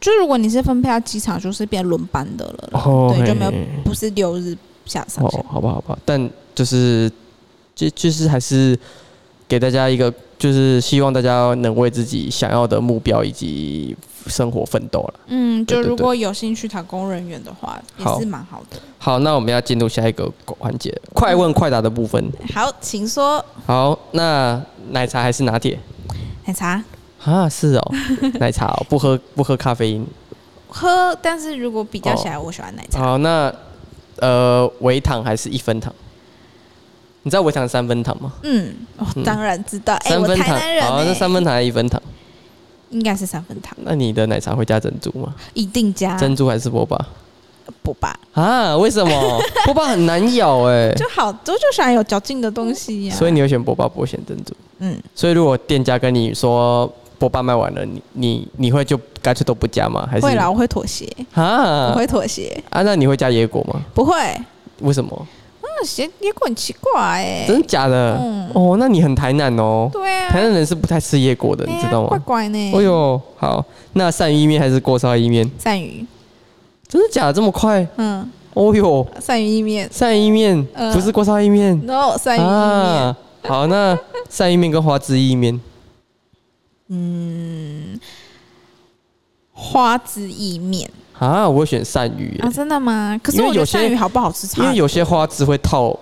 S2: 就是如果你是分配到机场，就是变轮班的了啦，
S1: 哦
S2: 对，就没有
S1: 嘿
S2: 不是六日下上下
S1: 哦，好吧，好吧，但就是就就是还是给大家一个，就是希望大家能为自己想要的目标以及生活奋斗了。
S2: 嗯，
S1: 对
S2: 就
S1: 对
S2: 如
S1: 对
S2: 果有兴趣打工人员的话，也
S1: 好
S2: 是蛮好的。
S1: 好，那我们要进入下一个环节，快问快答的部分。
S2: 好，请说
S1: 好，那奶茶还是拿铁？
S2: 奶茶
S1: 啊，是 (laughs) 哦，奶茶哦、不喝不喝咖啡因。
S2: 喝，但是如果比较起来，我喜欢奶茶。
S1: 好，那呃，微糖还是一分糖？你知道微糖三分糖吗？
S2: 嗯，我当然知道，哎，
S1: 三
S2: 我
S1: 分
S2: 台
S1: 糖，
S2: 南人
S1: 好，那
S2: 哎，
S1: 三分糖还是一分糖？
S2: 应该是三分糖，
S1: 那你的奶茶会加珍珠吗？
S2: 一定加
S1: 珍珠还是波霸？
S2: 不吧？
S1: 啊，为什么 (laughs) 波霸很难咬哎、
S2: 就好，我就喜欢有嚼劲的东西呀。
S1: 所以你会选波霸，不会选珍珠。
S2: 嗯，
S1: 所以如果店家跟你说波霸卖完了，你你你会就干脆都不加吗？还是
S2: 会啦，我会妥协，我
S1: 啊
S2: 会妥协，
S1: 啊？那你会加椰果吗？
S2: 不会。
S1: 为什么？
S2: 那鞋也很奇怪哎，
S1: 真的假的？
S2: 嗯
S1: 哦，那你很台南哦，
S2: 对啊
S1: 台，南人是不太吃椰果的，你知道
S2: 哎呀
S1: 吗？
S2: 怪怪呢。
S1: 哦呦，好，那鳝鱼面还是锅烧意面？
S2: 鳝鱼，
S1: 真的假的这么快？
S2: 嗯，
S1: 哦呦，
S2: 鳝鱼意面，
S1: 鳝意面
S2: 呃
S1: 不是锅烧意面
S2: 然后鳝鱼意面。，
S1: 啊好，那鳝意面跟花枝意面，
S2: 花枝意面
S1: 啊，我会选鳝鱼耶、
S2: 啊，真的吗？可是
S1: 因为
S2: 我觉
S1: 有
S2: 得
S1: 些
S2: 鳝鱼好不好吃差很多，
S1: 因为有些花枝会套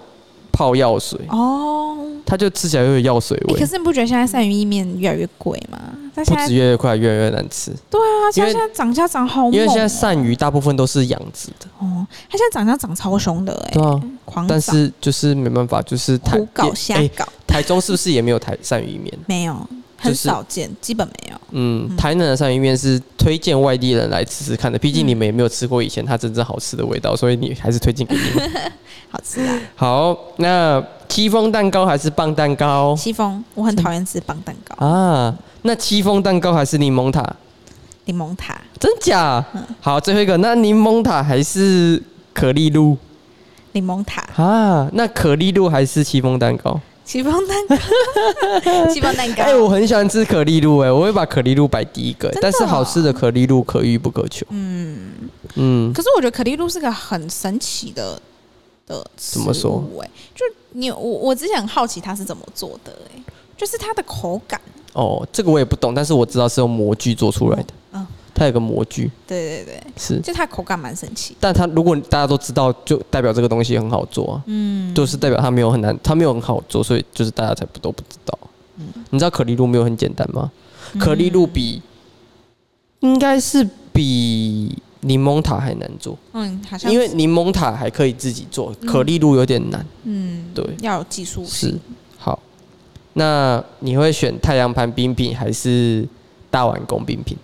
S1: 泡药水，
S2: 哦、
S1: 它就吃起来会有药水
S2: 欸
S1: 味，
S2: 可是你不觉得现在鳝鱼意面越来越贵吗？它现
S1: 不
S2: 在
S1: 止越来越快，越来越难吃，
S2: 对啊，
S1: 因
S2: 它
S1: 为
S2: 现在涨价涨好猛、
S1: 因为现在鳝鱼大部分都是养殖的，
S2: 哦，它现在涨价涨超凶的哎、
S1: 对啊，
S2: 狂
S1: 但
S2: 涨。
S1: 是就是没办法，就是台
S2: 胡搞瞎
S1: 哎
S2: 搞、
S1: 台中是不是也没有台鳝鱼面？
S2: 没有，
S1: 就
S2: 很
S1: 是
S2: 少见，基本没有。
S1: 嗯，台南的鳝鱼面是推荐外地人来吃吃看的，毕竟你们也没有吃过以前它真正好吃的味道，所以你还是推荐给
S2: 嗯
S1: 你们。
S2: 好吃啊！
S1: (laughs) 好，那戚风蛋糕还是棒蛋糕
S2: 戚风，我很讨厌吃棒蛋糕、
S1: 啊？那戚风蛋糕还是柠檬塔？
S2: 柠檬塔、
S1: 真假？
S2: 嗯
S1: 好，最后一个，那柠檬塔还是可丽露
S2: 柠檬塔、
S1: 啊？那可丽露还是戚风蛋糕？
S2: 戚风蛋
S1: (laughs)
S2: 糕、戚风蛋糕。
S1: 哎、我很喜欢吃可丽露、哎，我会把可丽露摆第一个、
S2: 真的哦
S1: 但是好吃的可丽露可遇不可求。嗯嗯，
S2: 可是我觉得可丽露是个很神奇的的
S1: 怎么说
S2: 食物欸就你我我之前很好奇它是怎么做的、欸，就是它的口感，
S1: 哦，这个我也不懂，但是我知道是用模具做出来的。
S2: 嗯，
S1: 它有个模具，
S2: 对对对，
S1: 是。
S2: 就它口感蛮神奇的。
S1: 但它如果大家都知道，就代表这个东西很好做啊，
S2: 嗯，
S1: 就是代表它没有很难，它没有很好做，所以就是大家才不都不知道。
S2: 嗯
S1: 你知道可丽露没有很简单吗？可丽露比应该是比柠檬塔还难做，
S2: 嗯，好像
S1: 因为柠檬塔还可以自己做，可丽露有点难。
S2: 嗯，
S1: 对，
S2: 要有技术
S1: 是，好，那你会选太阳盘冰品还是大碗公冰品？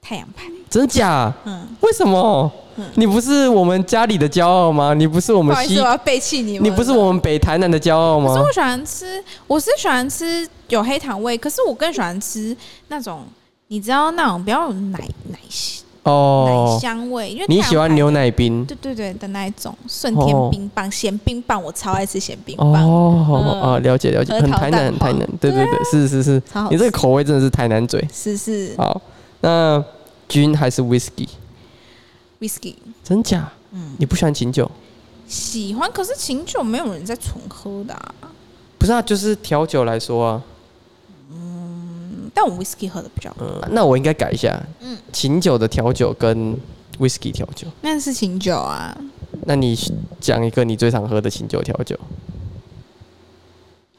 S2: 太阳牌，
S1: 真假？
S2: 嗯，
S1: 为什么？你不是我们家里的骄傲吗？你不是我
S2: 不
S1: 们
S2: 好意
S1: 西
S2: 思，我，要背弃你们。
S1: 你不是，我们北台南的骄傲
S2: 可是
S1: 吗？
S2: 我喜欢吃，我是喜欢吃有黑糖味，可是我更喜欢吃那种，你知道那种比较有奶奶香奶
S1: 哦，
S2: 香味，因为
S1: 你
S2: 太阳
S1: 喜欢
S2: 牌
S1: 牛奶冰？
S2: 对对对的那一种顺天
S1: 哦
S2: 冰棒、咸冰棒，我超爱吃咸冰
S1: 哦，
S2: 棒，
S1: 哦
S2: 嗯
S1: 哦，了解了解，
S2: 核
S1: 很
S2: 桃
S1: 台
S2: 蛋
S1: 南，很台
S2: 黄
S1: 南，对对
S2: 对啊
S1: 对，是是是，
S2: 超好
S1: 你
S2: 吃
S1: 这个哦口味真的是台南嘴。
S2: 是是
S1: 好，那菌还是 whisky？
S2: whisky，
S1: 真假？
S2: 嗯，
S1: 你不喜欢琴酒？
S2: 喜欢。可是琴酒没有人在纯喝的、啊，
S1: 不是啊，就是调酒来说啊，
S2: 嗯但我 whisky 喝的比较多，
S1: 嗯，那我应该改一下，嗯
S2: 嗯，
S1: 琴酒的调酒跟 whisky 调酒，
S2: 那是琴酒啊，
S1: 那你讲一个你最常喝的琴酒调酒？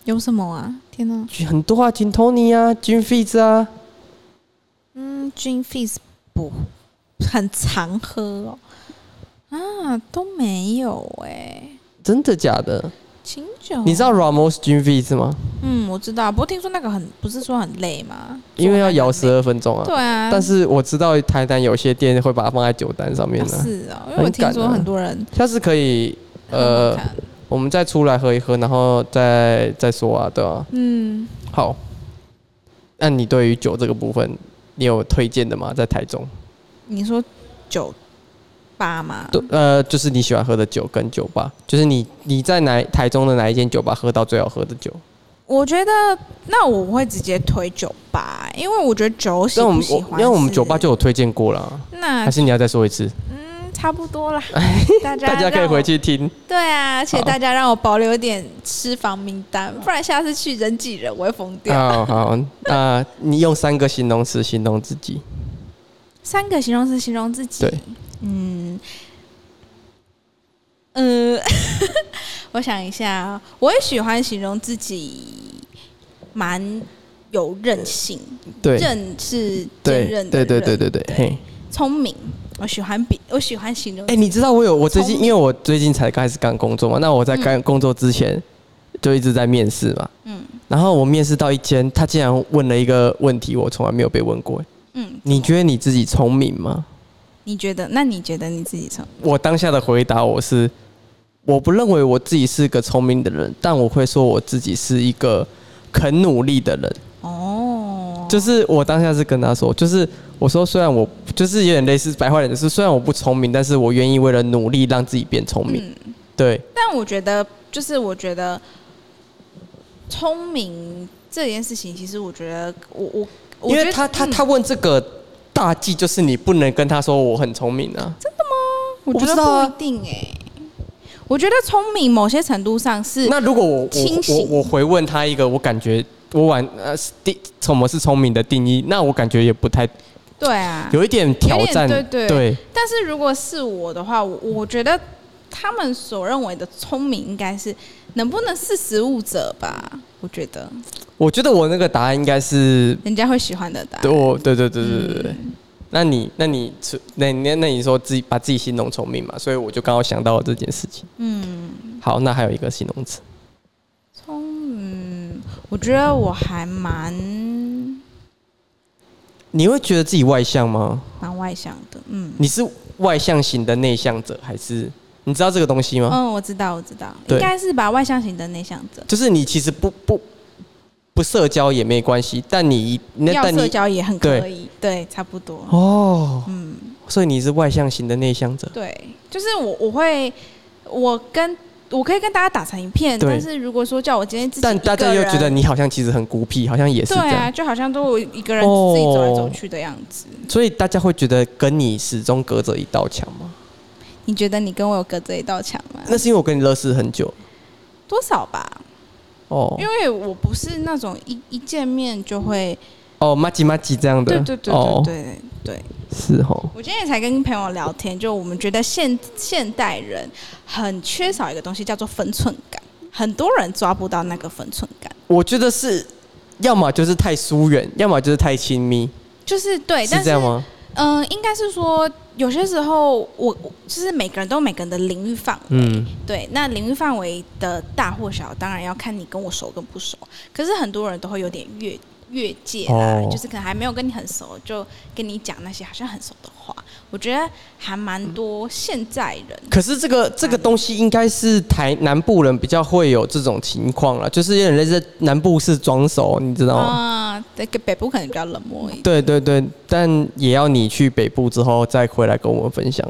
S2: 有什么啊？天哪，
S1: 很多啊，金 Tony 啊，金 Fizz 啊，
S2: 嗯，gin fizz 不很常喝哦，啊都没有哎、
S1: 真的假的？
S2: 琴酒，
S1: 你知道 Ramos 金 Fizz 吗？
S2: 嗯，我知道，不过听说那个很不是说很累吗？
S1: 因为要摇十
S2: 做
S1: 二分钟
S2: 还
S1: 啊
S2: 蛮累，。对啊，
S1: 但是我知道台南有些店会把它放在酒单上面
S2: 啊
S1: 的、
S2: 是哦，因为我
S1: 很
S2: 听
S1: 赶
S2: 说
S1: 啊
S2: 很多人
S1: 下次可以，呃
S2: 很好看
S1: 我们再出来喝一喝，然后再再说啊，对吧、
S2: 嗯，
S1: 好，那你对于酒这个部分，你有推荐的吗？在台中，
S2: 你说酒吧吗？
S1: 对，呃，就是你喜欢喝的酒跟酒吧，就是你你在哪台中的哪一间酒吧喝到最好喝的酒？
S2: 我觉得那我会直接推酒吧，因为我觉得酒喜
S1: 那我
S2: 不
S1: 们
S2: 喜
S1: 我
S2: 欢
S1: 因为我们
S2: 是
S1: 酒吧就有推荐过了，
S2: 那
S1: 还是你要再说一次？
S2: 嗯差不多啦，大家
S1: (laughs) 大家可以
S2: 让我
S1: 回去听。
S2: 对啊，而且
S1: 好
S2: 大家让我保留一点私房名单，不然下次去人挤人我会疯掉。
S1: 啊，好，那你用三个形容词形容自己，
S2: 三个形容词形容自己，
S1: 对，
S2: 嗯，呃， (laughs) 我想一下啊，我也喜欢形容自己蛮有韧性，
S1: 对，
S2: 韧是坚
S1: 对
S2: 韧，的
S1: 对对
S2: 韧，
S1: 对对对，嘿，
S2: 聪明，我喜欢比我喜欢形容
S1: 哎，你知道我有我最近，
S2: 聪
S1: 因
S2: 明
S1: 为我最近才开始刚工作嘛，那我在刚工作之前就一直在面试嘛，
S2: 嗯
S1: 然后我面试到一间，他竟然问了一个问题，我从来没有被问过，哎
S2: 嗯，
S1: 你觉得你自己聪明吗？
S2: 你觉得？那你觉得你自己聪？
S1: 我当下的回答我是，我不认为我自己是个聪明的人，但我会说我自己是一个肯努力的人。
S2: 哦，
S1: 就是我当下是跟他说，就是我说虽然我就是有点类似白话人，就是虽然我不聪明，但是我愿意为了努力让自己变聪明。
S2: 嗯，
S1: 对，
S2: 但我觉得，就是我觉得聪明这件事情，其实我觉得我我。我
S1: 因
S2: 觉
S1: 为
S2: 得
S1: 他他
S2: 嗯
S1: 他问这个大忌就是你不能跟他说我很聪明啊。
S2: 嗯
S1: 我
S2: 我觉
S1: 不
S2: 得
S1: 知道啊
S2: 不一定哎、我觉得聪明某些程度上是
S1: 那如果我
S2: 清
S1: 我
S2: 醒
S1: 我我回问他一个，我感觉我玩呃定什么是聪明的定义，那我感觉也不太
S2: 对啊，
S1: 有一点挑战，
S2: 有点对对但是如果是我的话，我我觉得他们所认为的聪明应该是能不能识时务者吧？我觉得
S1: 我觉得我那个答案应该是
S2: 人家会喜欢的答
S1: 对
S2: 案。嗯
S1: 我对对对对对对。那你那你那那那你说自己把自己形容聪明嘛，所以我就刚好想到了这件事情。
S2: 嗯，
S1: 好，那还有一个形容词，
S2: 聪明，我觉得我还蛮
S1: 你会觉得自己外向吗？
S2: 蛮外向的。嗯
S1: 你是外向型的内向者，还是你知道这个东西吗？
S2: 嗯，我知道，我知道，
S1: 对
S2: 应该是吧，外向型的内向者，
S1: 就是你其实不不不社交也没关系，但你那
S2: 要
S1: 但
S2: 社
S1: 你
S2: 交也很
S1: 对
S2: 可以，对，差不多。
S1: 哦，
S2: 嗯。
S1: 所以你是外向型的内向者。
S2: 对，就是我我会，我跟我可以跟大家打成一片，
S1: 对
S2: 但是如果说叫我今天自己
S1: 但大家
S2: 一个
S1: 又
S2: 人
S1: 觉得你好像其实很孤僻，好像也是
S2: 对
S1: 这样，
S2: 啊，就好像都我一个人
S1: 哦
S2: 自己走来走去的样子。
S1: 所以大家会觉得跟你始终隔着一道墙吗？
S2: 你觉得你跟我有隔这一道墙吗？
S1: 那是因为我跟你认识很久
S2: 多少吧，
S1: 哦
S2: 因为我不是那种一一见面就会
S1: 哦，麻吉麻吉这样的，
S2: 对对对对
S1: 哦，
S2: 对对。
S1: 是哦，
S2: 我今天也才跟朋友聊天，就我们觉得现现代人很缺少一个东西，叫做分寸感。很多人抓不到那个分寸感，
S1: 我觉得是，要么就是太疏远，要么就是太亲密，
S2: 就是对，但
S1: 是这样吗？
S2: 嗯、应该是说有些时候我我就是每个人都有每个人的领域范围，
S1: 嗯，
S2: 对，那领域范围的大或小，当然要看你跟我熟跟不熟。可是很多人都会有点越越界啦，
S1: 哦
S2: 就是可能还没有跟你很熟，就跟你讲那些好像很熟的话。我觉得还蛮多现在人，
S1: 可是这个这个东西应该是台南部人比较会有这种情况了，就是有点类似南部是装熟，你知道吗？
S2: 啊、对，跟北部可能比较冷漠一点。
S1: 对对对，但也要你去北部之后再回来跟我们分享。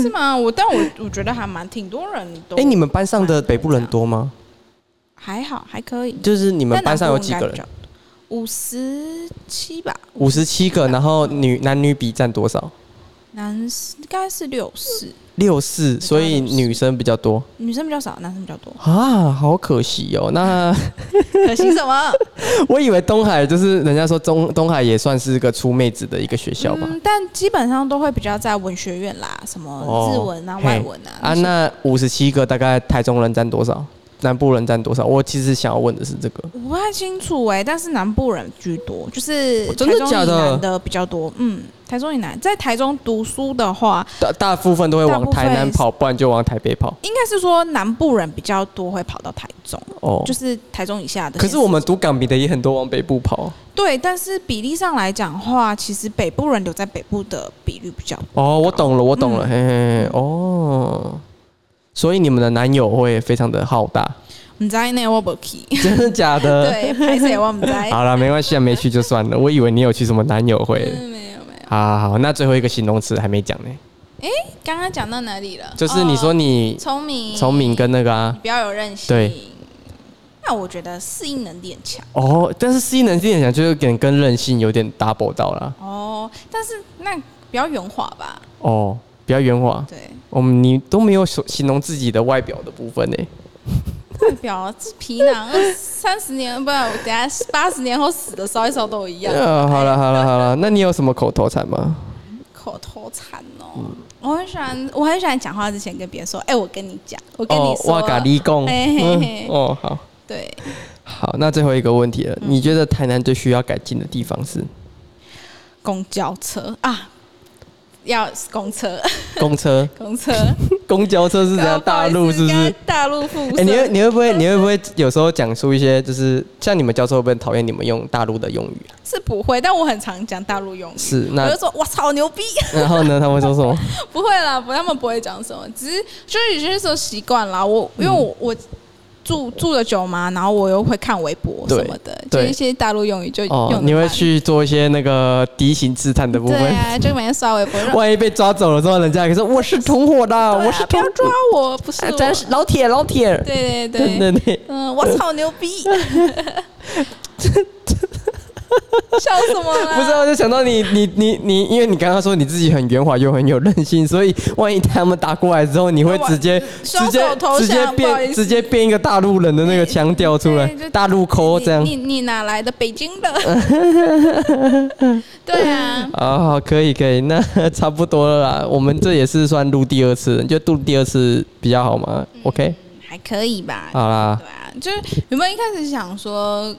S2: 是吗？我但我我觉得还蛮挺多人都。
S1: 哎、你们班上的北部人多吗？
S2: 还好还可以。
S1: 就是你
S2: 你
S1: 们班上有几个人？？
S2: 五十七吧，
S1: 五十七个，然后女男女比占多少？
S2: 男生应该是六四，
S1: 六四，所以女生比较多。
S2: 女生比较少，男生比较多 (laughs)
S1: 啊，好可惜哦。那
S2: 可惜什么？
S1: (laughs) 我以为东海就是人家说东东海也算是个出妹子的一个学校吧。
S2: 嗯，但基本上都会比较在文学院啦，什么
S1: 哦
S2: 日文啊、
S1: 嘿
S2: 外文啊。
S1: 啊，
S2: 些
S1: 那五十七个大概台中人占多少？南部人占多少？我其实想要问的是这个。
S2: 我不太清楚哎、但是南部人居多，就是
S1: 哦
S2: 台
S1: 真的
S2: 中以
S1: 假的
S2: 南的比较多。嗯，台中以南，在台中读书的话，
S1: 大大部分都会
S2: 大部
S1: 往
S2: 分
S1: 台南跑，不然就往台北跑。
S2: 应该是说南部人比较多会跑到台中，
S1: 哦，
S2: 就是台中以下的县市。
S1: 可是我们读港比的也很多往北部跑。
S2: 对，但是比例上来讲的话，其实北部人留在北部的比率比较多。
S1: 哦，我懂了，我懂了，
S2: 嗯
S1: 嘿嘿嘿，哦。所以你们的男友会非常的浩大，
S2: 你知道那我不去，
S1: (laughs) 真的假的？
S2: 对，拍谁我不知道。
S1: 好了，没关呃 (laughs) 系啊，没去就算了。我以为你有去什么男友会。
S2: 嗯，没有没有。
S1: 好好好，那最后一个形容词还没讲呢，
S2: 刚刚讲到哪里了？
S1: 就是你说
S2: 哦
S1: 你
S2: 聪明，
S1: 聪明跟那个啊，
S2: 不要有任性。
S1: 对。
S2: 那我觉得适应能力很强
S1: 哦，但是适应能力很强，就有点跟任性有点 double 到啦。
S2: 哦，但是那比较圆滑吧？
S1: 哦，比较圆滑，
S2: 对，
S1: 我们你都没有所形容自己的外表的部分呢。
S2: 外表这皮囊， (laughs) 三十年不，我等下八十年后死的烧一烧都一样。
S1: 呃，好了好了好了，那你有什么口头禅吗？
S2: 口头禅哦，我很喜欢，我很喜欢讲话之前跟别人说，哎，我跟你讲，我跟你
S1: 哦，
S2: 说，
S1: 哇咖喱贡。
S2: 嘿嘿嘿
S1: 嗯
S2: 嗯
S1: 哦，好
S2: 对，
S1: 好，那最后一个问题了，你觉得台南最需要改进的地方是
S2: 公交车啊，要公车， (laughs)
S1: 公车、
S2: 公车，哦
S1: 公交车 (laughs) 是怎样？
S2: 不好
S1: 大
S2: 意思
S1: 陆是不
S2: 刚
S1: 是
S2: 刚？大陆附
S1: 哎、你会
S2: 身
S1: 你会不会你会不会有时候讲出一些就是像你们教授会不会讨厌你们用大陆的用语
S2: (laughs)
S1: 啊？
S2: 是不会，但我很常讲大陆用语。
S1: 是
S2: 我
S1: 那
S2: 就说我操牛逼，
S1: 然后呢？他们会说什
S2: (laughs)
S1: 么？
S2: 不会啦，不，他们不会讲什么，只是就是有些时候习惯啦。我因为
S1: 嗯
S2: 我我住住了久嘛，然后我又会看微博
S1: 对
S2: 什么的，就
S1: 对
S2: 一些大陆用语就用
S1: 哦
S2: 得，
S1: 你会
S2: 慢
S1: 去做一些那个敌情刺探的部
S2: 对
S1: 分。
S2: 啊，就每天刷微博，说
S1: 万一被抓走了之后，人家可以说我是同伙的，
S2: 对啊
S1: 我是
S2: 不
S1: 同
S2: 要抓我，不是
S1: 啊
S2: 我，
S1: 咱是老铁老铁。
S2: 对对
S1: (laughs) 对
S2: 对，
S1: 对对，
S2: 嗯，我操牛
S1: (laughs)
S2: 逼，笑什么啦？
S1: 不是啊，我就想到你你你你，因为你刚刚说你自己很圆滑又很有韧性，所以万一他们打过来之后，你会
S2: 那我
S1: 直接直
S2: 双
S1: 接
S2: 手投降
S1: 直接
S2: 不好意
S1: 变
S2: 思
S1: 直接变一个大陆人的那个腔调出来
S2: 对就，
S1: 大陆抠这样
S2: 你。你你哪来的北京的？
S1: (laughs)
S2: 对啊，
S1: 啊、好，可以可以，那差不多了啦。我们这也是算录第二次，你觉得录第二次比较好吗、o
S2: 嗯
S1: k
S2: 还可以吧。
S1: 好啦
S2: 对，啊，就是有没有一开始想说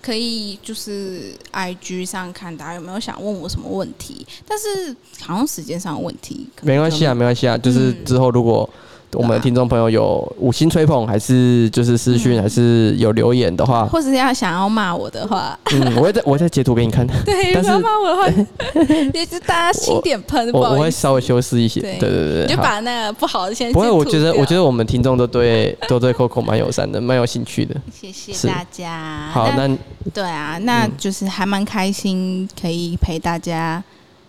S2: 可以就是 I G 上看啊大家有没有想问我什么问题，但是好像时间上的问题，可能嗯
S1: 没关系啊，没关系啊。就是之后如果我
S2: 啊
S1: 们的听众朋友有五星吹捧，还是就是私
S2: 嗯
S1: 讯，还是有留言的
S2: 就，
S1: 话，
S2: 或者是要想要骂我的
S1: (laughs)
S2: 话，
S1: 嗯，我会再我会再截图给你看，
S2: 对，
S1: 但
S2: 如
S1: 是
S2: 果要骂我的话，
S1: (laughs)
S2: 也是大家轻点喷，
S1: 我
S2: 不
S1: 我
S2: 好
S1: 会
S2: 意思，
S1: 稍微修饰一些。对
S2: 对
S1: 对
S2: 你
S1: 对，
S2: 就
S1: 好。
S2: 把那个不好的先
S1: 不会，我觉得我觉
S2: 得
S1: 得我们听众都对 (laughs) 都对 Coco 蛮友善的，蛮有兴趣的。
S2: 谢
S1: 是
S2: 谢大家。
S1: 好，那
S2: 对啊，
S1: 嗯
S2: 那就是还蛮开心，可以陪大家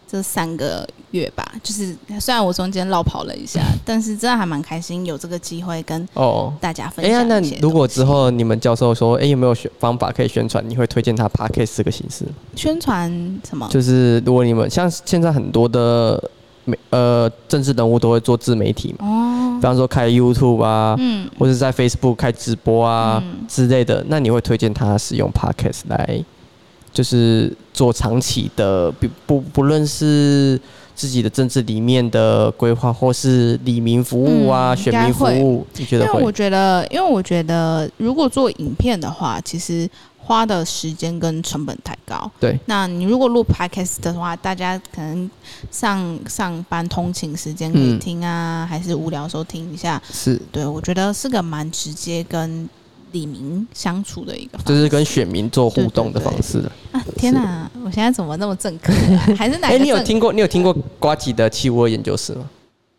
S2: 这三个月吧。就是虽然我中间绕跑了
S1: (laughs)
S2: 一下，但是真的还蛮开心，有这个机会跟
S1: 哦。
S2: 大家分
S1: 哎呀，
S2: 享
S1: 那
S2: 一些东西。
S1: 如果之后你们教授说，哎、有没有选方法可以宣传？你会推荐他 podcast 这个形式吗？
S2: 宣传什么？
S1: 就是如果你们像现在很多的媒呃政治人物都会做自媒体嘛，
S2: 哦
S1: 比，方说开 YouTube 啊，
S2: 嗯
S1: 或者在 Facebook 开直播啊、
S2: 嗯
S1: 之类的，那你会推荐他使用 Podcast 来就是做长期的，不不不论是自己的政治理念的规划，或是里民服务啊、
S2: 嗯应
S1: 选
S2: 该
S1: 民服
S2: 会
S1: 务，你觉
S2: 因
S1: 得
S2: 为
S1: 会
S2: 我？觉得，因为我觉得，如果做影片的话，其实花的时间跟成本太高。
S1: 对，
S2: 那你如果录 podcast 的话，大家可能上上班通勤时间可以
S1: 嗯
S2: 听啊，还是无聊的时候听一下。
S1: 是，
S2: 对我觉得是个蛮直接跟李明相处的一个方式。
S1: 就是跟选民做互动的
S2: 对对对
S1: 方式了。
S2: 啊，天哪、我现在怎么那么
S1: (laughs)
S2: 正客啊、还是哪
S1: 哎、
S2: 个
S1: 你有
S2: 正
S1: 听过你有听过瓜吉的气窝研究室吗？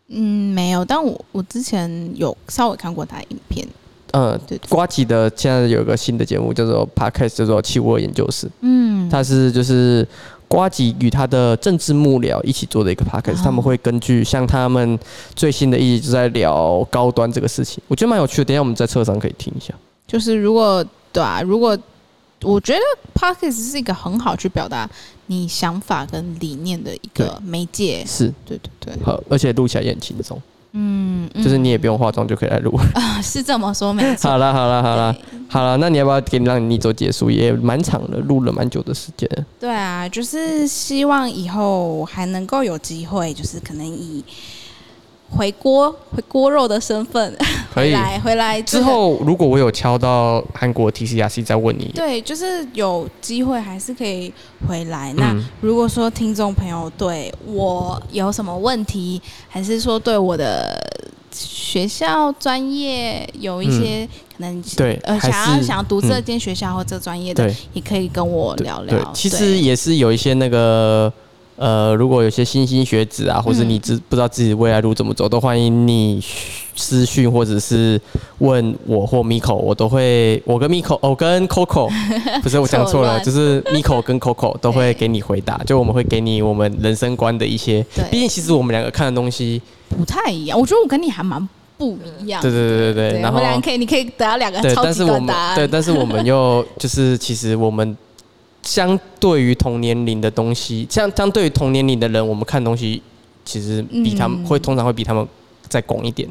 S2: 嗯，没有，但我我之前有稍微看过他的影片，
S1: 嗯，
S2: 对对，
S1: 瓜吉的现在有一个新的节目叫做 Podcast，叫做气窝研究室。
S2: 嗯，
S1: 它是就是瓜吉与他的政治幕僚一起做的一个 podcast，、
S2: 哦
S1: 他们会根据像他们最新的一集就在聊高端这个事情，我觉得蛮有趣的。等一下我们在车上可以听一下。
S2: 就是如果对啊，如果我觉得 p o c k e t 是一个很好去表达你想法跟理念的一个媒介，
S1: 是，
S2: 对对对， (laughs)
S1: 好，而且录起来也很轻松，
S2: 嗯，嗯
S1: 就是你也不用化妆就可以来录。
S2: (laughs) 啊是这么说没错，
S1: 好啦，好啦，好啦，
S2: 对
S1: 好啦，那你要不要给你让你做结束？也蛮长的，录了蛮久的时间。
S2: 对啊，就是希望以后还能够有机会，就是可能以回锅回锅肉的身份
S1: 可
S2: 回
S1: 以。
S2: (laughs) 来回来这
S1: 之
S2: 个
S1: 后如果我有敲到韩国 TCRC 再问你，
S2: 对，就是有机会还是可以回来。那
S1: 嗯
S2: 如果说听众朋友对我有什么问题，还是说对我的学校专业有一些可能、
S1: 对
S2: 呃
S1: 嗯还
S2: 想要
S1: 是
S2: 想读这
S1: 嗯
S2: 间学校或这专业的，
S1: 对。
S2: 也可以跟我聊
S1: 对，
S2: 聊。
S1: 其
S2: 对
S1: 实也是有一些那个呃，如果有些新兴学子啊，或是
S2: 嗯
S1: 你知不知道自己未来路怎么走，都欢迎你私讯或者是问我或 Miko，我都会，我跟 Miko，我、跟
S2: (laughs)
S1: Coco，不是我讲错了，
S2: 错乱
S1: 就是 Miko 跟 Coco 都会给你回答，就我们会给你我们人生观的一些，
S2: 对
S1: 毕竟其实我们两个看的东西，
S2: 不太一样，我觉得我跟你还蛮不一样
S1: 对
S2: 的。
S1: 对对对对，
S2: 对，我
S1: 然后
S2: 们俩可以，你可以得到两个
S1: 对，
S2: 超
S1: 但是我
S2: 级的啊
S1: 们
S2: 答案。
S1: 对，但是我们
S2: (laughs)
S1: 又就是其实我们相对于同年龄的东西，相相对于同年龄的人，我们看东西其实比他们、
S2: 嗯
S1: 会通常会比他们再广一点。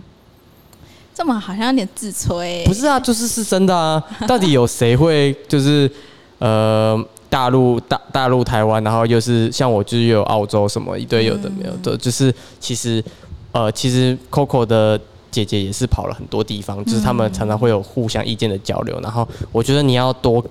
S2: 这么好像有点自吹、
S1: 不是啊，就是是真的
S2: (laughs)
S1: 啊。到底有谁会就是呃大陆大大陆台湾，然后又是像我就是又有澳洲什么一堆有的没有
S2: 嗯
S1: 的，就是其实呃其实 Coco 的。姐姐也是跑了很多地方，就是他
S2: 嗯
S1: 们常常会有互相意见的交流。然后我觉得你要多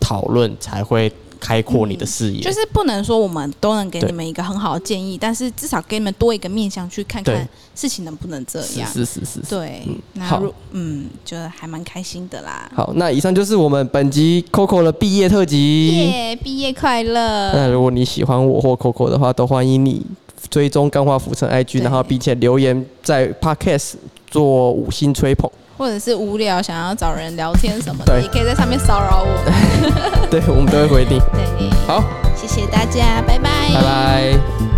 S1: 讨论，才会开阔你的视野。
S2: 就是不能说我们都能给
S1: 对
S2: 你们一个很好的建议，但是至少给你们多一个面向去看
S1: 对
S2: 看事情能不能这样。
S1: 是是是是。
S2: 对，那
S1: 好
S2: 如嗯，就还蛮开心的啦。
S1: 好，那以上就是我们本集 Coco 的毕业嗯特辑。
S2: 耶，毕业快乐！
S1: 那如果你喜欢我或 Coco 的话，都欢迎你追踪钢化浮尘 IG，
S2: 对
S1: 然后并且留言在 Podcast 做五星吹捧。
S2: 或者是无聊想要找人聊天什么的，
S1: 对
S2: 也可以在上面骚扰我。
S1: 对，我们都会回你。
S2: 对，
S1: 好，
S2: 谢谢大家，拜拜
S1: 拜拜。